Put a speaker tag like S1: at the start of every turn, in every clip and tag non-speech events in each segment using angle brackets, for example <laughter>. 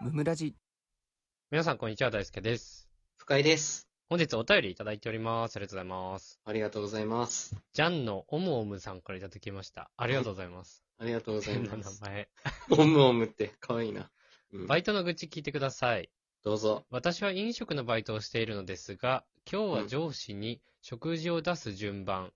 S1: ムムラジ。
S2: 皆さん、こんにちは。大輔です。
S3: 深井です。
S2: 本日お便りいただいております。ありがとうございます。
S3: ありがとうございます。
S2: ジャンのオムオムさんからいただきました。ありがとうございます。
S3: ありがとうござい
S2: 変な
S3: ま
S2: <laughs> 名
S3: す。
S2: 前。
S3: オムオムって可愛いな。うん
S2: バイトの愚痴聞いてください。
S3: どうぞ。
S2: 私は飲食のバイトをしているのですが、今日
S3: う
S2: は
S3: ん
S2: 上司に食事を出す順番、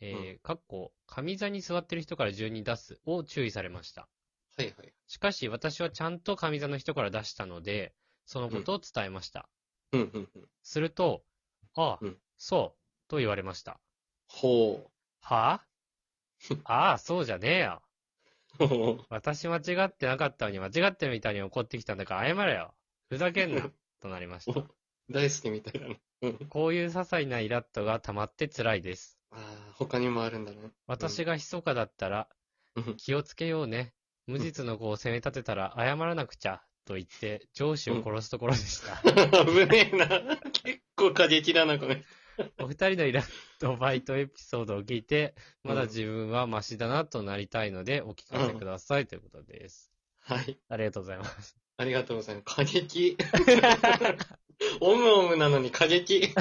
S2: えー、かっこ、上座に座ってる人から順に出すを注意されました。
S3: はいはい。
S2: しかし、私はちゃんと上座の人から出したので、そのことを伝えました。
S3: うんうんうん。
S2: すると、ああ、
S3: うん
S2: そう、と言われました。
S3: ほ <laughs>
S2: はあああ、そうじゃねえよ。
S3: う。ほう
S2: 私間違ってなかったのに間違ってるみたいに怒ってきたんだから謝れよ。ふざけんな。となりました。
S3: <laughs> 大好きみたいだな。うん
S2: こういう些細なイラッとが溜まって辛いです。
S3: ああ、他にもあるんだね。 <laughs>
S2: 私が密かだったら
S3: うん <laughs>
S2: 気をつけようね。無実の子を責め立てたら謝らなくちゃ。と言って上司を殺すところでした。
S3: 危ねえな。結構過激だな、これ。
S2: お二人のイラッとバイトエピソードを聞いて、まだ自分はマシだなとなりたいのでお聞かせくださいということです。
S3: はい。
S2: ありがとうございます。
S3: ありがとうございます。
S2: <laughs>
S3: 過激。オムオムなのに過
S2: <laughs>
S3: 激。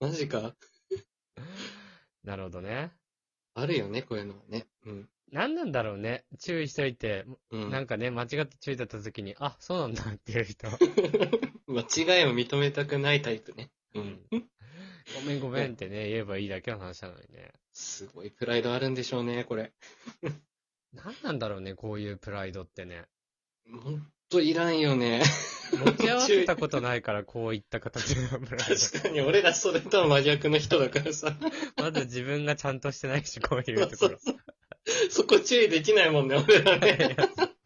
S3: マジか。
S2: なるほどね。
S3: あるよね、こういうのはね。うん。
S2: 何なんだろうね。注意しといて、
S3: うん。
S2: なんかね、間違って注意だった時に、あ、そうなんだっていう人。
S3: 間違いを認めたくないタイプね。うん。
S2: ごめんごめんってね、言えばいいだけの話なのにね。
S3: すごいプライドあるんでしょうね、これ。
S2: 何なんだろうね、こういうプライドってね。
S3: ほんといらん
S2: <laughs>
S3: よね。
S2: 持ち合わせたことないから、こういった形のプライ
S3: 確かに、俺らそれとは真逆の人だからさ。
S2: ド。まず自分がちゃんとしてないし、こういうところ。
S3: <laughs> そこ注意できないもんね、俺らね。 <laughs>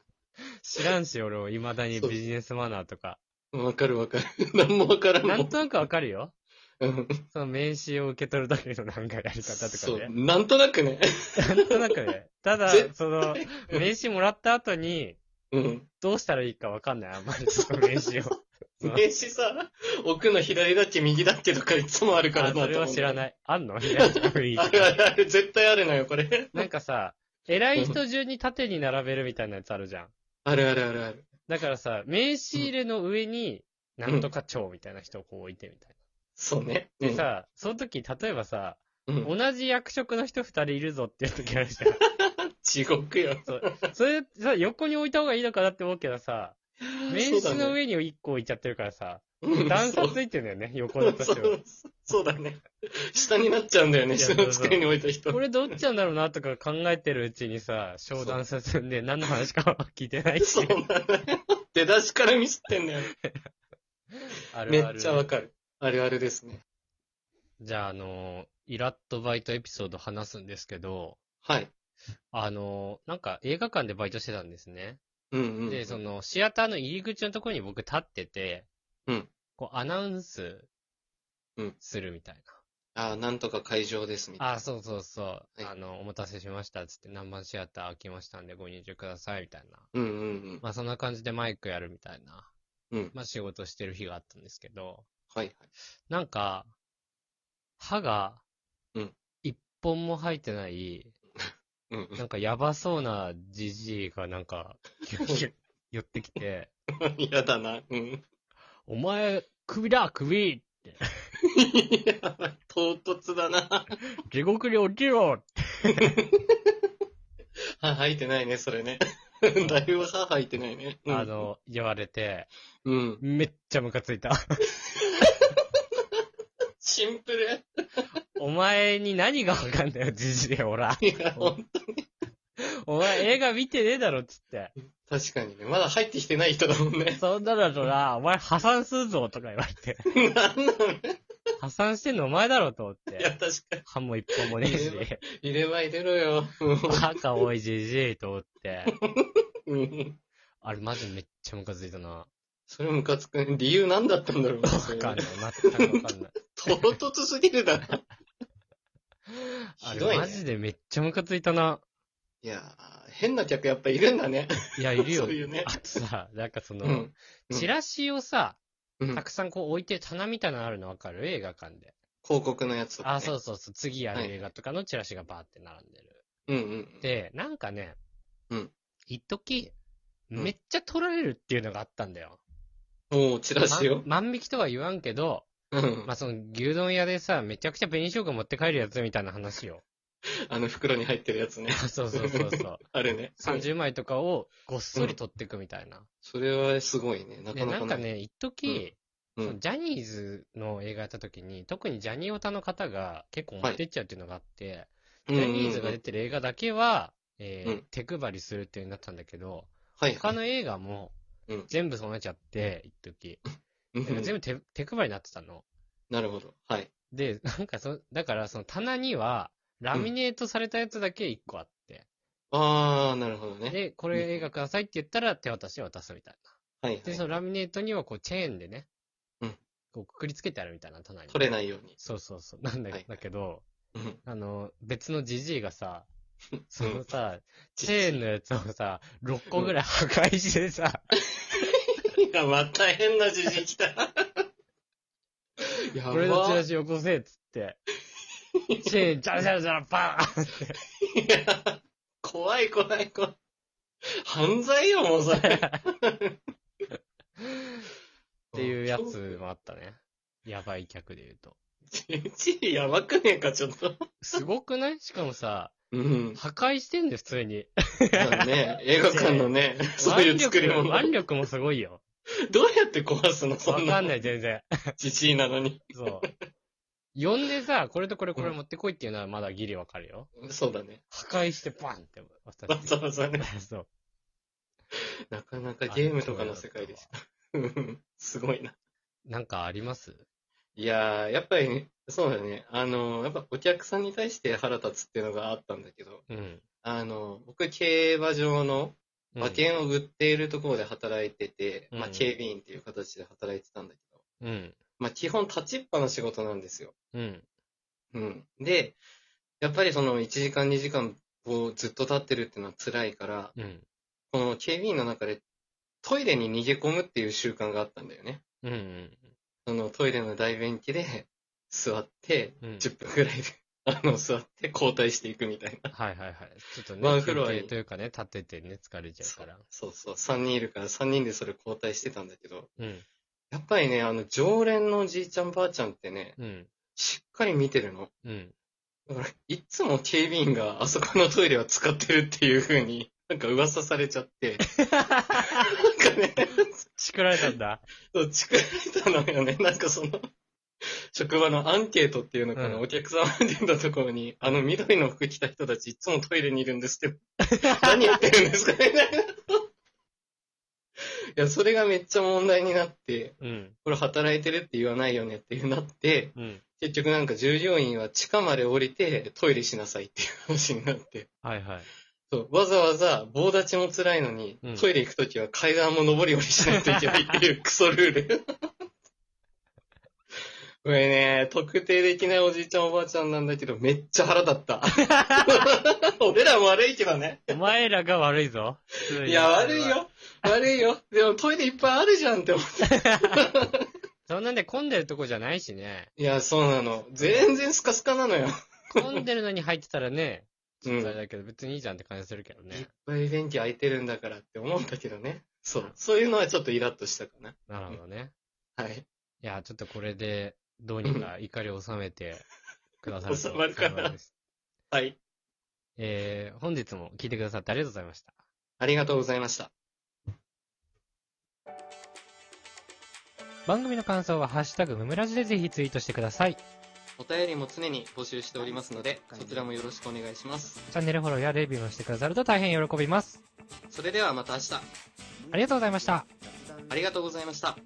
S2: 知らんし、俺も未だにビジネスマナーとか。
S3: わかるわ <laughs> かる。何もわからんも
S2: なん
S3: ん。
S2: となくわかるよ。
S3: うん
S2: その名刺を受け取るだけのなんかやり方と
S3: そう
S2: か、ね。
S3: なんとなくね。
S2: なんとなくね。ただ
S3: 絶、
S2: その、名刺もらった後に、
S3: うん。
S2: どうしたらいいかわかんない、あんまりその練習を。
S3: 名刺さ、奥の左だっけ右だっけとかいつもあるから
S2: あそれは知ら
S3: い。
S2: ない。あ
S3: <laughs>
S2: んの左の雰囲
S3: あ
S2: 気
S3: るあるある、絶対あるのよ、これ。
S2: なんかさ、偉い人順に縦に並べるみたいなやつあるじゃん。
S3: あるあるあるある。
S2: だからさ、名刺入れの上に、なんとか長みたいな人をこう置いてみたい
S3: そうね。
S2: な。でさ、その時、例えばさ、
S3: うん、うん、
S2: 同じ役職の人二人いるぞっていう時あるじゃん。
S3: 地獄よ。 <laughs>
S2: それさ、横に置いた方がいいのかなって思うけどさ、名刺の上
S3: 上、
S2: に一個置いちゃってるからさ、
S3: うん
S2: 段差
S3: <laughs> そう
S2: ついてんだよね、横だとして
S3: そ
S2: も。
S3: うそうだね。下になっちゃうんだよね、
S2: いや
S3: 下の机に置いた <laughs> 人。
S2: これどっちなんだろうなとか考えてるうちにさ、商談進んで何の話かは聞いてないし
S3: <laughs> そうなんだよ。出だしからミスってんだよ。
S2: あ
S3: め
S2: るあ
S3: っ
S2: る
S3: ちゃわかる。あるあるですね。
S2: じゃあ、あの、イラッとバイトエピソード話すんですけど、
S3: はい。
S2: あの、なんか映画館でバイトしてたんですね。
S3: うんうんうん。
S2: で、その、シアターの入り口のところに僕立ってて、
S3: うん
S2: こう、アナウンス
S3: うん、
S2: するみたい
S3: ああ、なんとか会場です、みたい
S2: な。
S3: な。
S2: あ、そうそうそう。
S3: い
S2: あの、お待たせしました、つって、何番シアター開きましたんでご入場ください、みたいな。
S3: うんうん
S2: まあ、そんな感じでマイクやるみたいな。
S3: うん。うん。
S2: まあ、仕事してる日があったんですけど、
S3: はいはい。
S2: なんか、歯が
S3: うん、
S2: 一本も生えてない、
S3: うんう
S2: なんかやばそうなじじいがなん
S3: <laughs>
S2: か、キュッキュッ寄ってきて、
S3: ん。 <laughs> 嫌だな。うん。
S2: お前、首だ、首
S3: やばい唐突だな。
S2: 地獄に落ちろ
S3: 歯吐いてないね、それね。だいぶ歯吐いてないね。うん
S2: あ、の、言われて、
S3: うん。
S2: めっちゃムカついた。
S3: シンプル。
S2: お前に何がわかんないよ、じじい、ほら。
S3: いや、ほん
S2: お前映画見てねえだろ、つって。
S3: 確かにね。まだ入ってきてない人だもんね。 <laughs>
S2: そんなのだとな、お前破産するぞ、とか言われて。
S3: なんなのい
S2: 破産してんのお前だろ、と思っ
S3: や、
S2: て。
S3: 確かに。
S2: 歯も一本もねえし。
S3: 入れ歯入れろよ。 <laughs>
S2: バカ多いじじいと思って。
S3: うん
S2: あれマジめっちゃムカついたな。
S3: それムカつくね。理由なんだったんだろうな。
S2: わ
S3: それ
S2: かんない。全くわかんない。
S3: 唐突すぎるだろ。
S2: あ
S3: <laughs> ひど
S2: れ
S3: い
S2: マ
S3: ね。
S2: ジでめっちゃムカついたな。
S3: いやー、変な客やっぱいるんだね。
S2: いや、いるよ
S3: そう。いうね
S2: あとさ、なんかそうの
S3: ん、。うん
S2: チラシをさ、
S3: うん
S2: たくさんこう置いてる棚みたいなのあるのわかる映画館で。
S3: 広告のやつとか、ね。。
S2: あ、そううそうそう。次やる映画とかのチラシがバーって並んでる。
S3: うんうん。
S2: で、なんかね
S3: うん、
S2: 一時
S3: うん
S2: めっちゃ取られるっていうのがあったんだよ。
S3: もう、チラシを。
S2: ま万引きとは言わんけど、
S3: うん <laughs>
S2: ま。あ、その牛丼屋でさ、めちゃくちゃ紅生姜持って帰るやつみたいな話
S3: <laughs>
S2: よ。
S3: あの袋に入ってるやつね。
S2: そうそうそうそう。
S3: あれね。
S2: 30枚とかをごっそり取ってくみたいな。
S3: それはすごいね。な
S2: で、
S3: かな
S2: な
S3: か
S2: ん
S3: な
S2: か
S3: い。
S2: ね、一時、
S3: うん
S2: そのジャニーズの映画やった時に、特にジャニオタの方が結構持ってっちゃうっていうのがあって、
S3: うん
S2: ジ
S3: うん
S2: ャニーズが
S3: う
S2: 出
S3: ん
S2: てる映画だけは、えー
S3: うん
S2: 手配りするっていうになったんだけど、
S3: はい。
S2: 他の映画も
S3: うん
S2: 全部そうなっちゃって、一時。
S3: うん
S2: だから全部
S3: <laughs>
S2: 手手配りになってたの。
S3: なるほど。はい。
S2: で、 <laughs> なんかそ、だからその棚には、ラミネートされたやつだけ1個あって、
S3: あー、なるほどね。
S2: で、これ映画くださいって言ったら手渡しで渡すみたい
S3: はい、
S2: な。で、
S3: は
S2: そ
S3: い。
S2: のラミネートにはこうチェーンでね、
S3: うん
S2: こうくくりつけてあるみたいな棚に。
S3: 取れないように。
S2: そうそうそう。なんだ,、
S3: はい
S2: だけど、
S3: うん。
S2: あの、別のジジイがさ、そ
S3: うん
S2: のさ、チェーンのやつをさ、6個ぐらい破壊してさ、
S3: いや、また変なじじい来た。や
S2: これのチラ
S3: ば。
S2: シよこせっつって、チェーン、ジャラジャラジャラ、バーンって
S3: いや怖い怖い怖い。犯罪よ、もうそれ。
S2: っていうやつもあったね。やばい客で言うと。
S3: うん。じじいやばくねえか、ちょっと。
S2: すごくないしかもさ、
S3: うん。
S2: 破壊してんで、普通に。
S3: まあ <laughs> ね、映画館のね、 <laughs> そういう作り物。
S2: 腕力もすごいよ。
S3: どうやって壊すの、そ
S2: わ
S3: んな。
S2: かんない、。全然。
S3: じじいなのに。
S2: そう。呼んでさ、これとこれこれ持ってこいっていうのはまだギリわかるよ。
S3: そうだね。
S2: 破壊してバンって渡
S3: わ
S2: し
S3: ざわざね。
S2: て。 <laughs> そう。
S3: なかなかゲームとかの世界でした。うんすごいな。
S2: なんかあります
S3: いやー、やっぱりね、そうだね。あのー、やっぱお客さんに対して腹立つっていうのがあったんだけど、
S2: うん。
S3: あのー、僕、競馬場の
S2: うん
S3: 馬券を売っているところで働いてて、
S2: うん
S3: まあ、警備員っていう形で働いてたんだけど、
S2: うん。
S3: まあ、基本立ちっぱの仕事なんですよ。
S2: うん。
S3: うん。で、やっぱりその1時間2時間をずっと立ってるっていうのは辛いから、
S2: うん。
S3: この警備員の中でトイレに逃げ込むっていう習慣があったんだよね。
S2: うん。うん。
S3: そのトイレの大便器で座って、
S2: うん
S3: 10分ぐらいで、 <laughs> あの、座って交代していくみたいな。
S2: はいはいはい。ちょっとね、
S3: ワンフロア
S2: 休
S3: に
S2: 憩というかね、立っててね、疲れちゃうから。
S3: そうそう、3人いるから3人でそれ交代してたんだけど、
S2: うん。
S3: やっぱりね、あの、常連のじいちゃんばあちゃんってね、
S2: うん。
S3: しっかり見てるの。
S2: うん。 <laughs>
S3: だから、いつも警備員があそこのトイレは使ってるっていう風に、なんか噂されちゃって、なんかね、
S2: しくられたんだ。
S3: そう、作られたのよね。 <laughs> なんかその、職場のアンケートっていうのかな、
S2: うん
S3: お客さんアンケートのところ
S2: <laughs>
S3: に、あの緑の服着た人たちいつもトイレにいるんですけど、何言ってるんですかみたいな。いや、それがめっちゃ問題になって、
S2: うん。
S3: これ働いてるって言わないよねっていうなって、
S2: うん。
S3: 結局なんか従業員は地下まで降りてトイレしなさいっていう話になって。
S2: はいはい。
S3: そうわざわざ棒立ちも辛いのに、
S2: うん
S3: トイレ行くときは階段も上り下りしないといけないっていう <laughs> クソルール。これね、特定できないおじいちゃんおばあちゃんなんだけど、めっちゃ腹立った。 <laughs> 俺らも悪いけどね。
S2: お前らが悪いぞ。
S3: いや、悪い。よ。悪いよ。でもトイレいっぱいあるじゃんって思って。
S2: そんなんで混んでるとこじゃないし
S3: <laughs>
S2: ね。
S3: いや、そうなの。全然スカスカなのよ。
S2: 混んでるのに入ってたらね、
S3: う
S2: ちょっとあれ
S3: ん。
S2: だけど、別にいいじゃんって感じするけど
S3: いっ
S2: ね。
S3: ぱい便器空いてるんだからって思うんだけどね。そう。そういうのはちょっとイラッとしたかな。
S2: なるほどね。
S3: はい。
S2: いや、ちょっとこれで、どうにか怒りを収めてくださると
S3: 収まるかな
S2: 幸いです。
S3: はい。
S2: えー、本日も聞いてくださってありがとうございました。
S3: ありがとうございました。
S2: 番組の感想は、ハッシュタグムムラジでぜひツイートしてください。チ
S3: お便りも常に募集しておりますので、そちらもよろしくお願いします。
S2: ャンネルフォローやレビューもしてくださると大変喜びます。
S3: それではまた明日、
S2: ありがとうございました。
S3: ありがとうございました。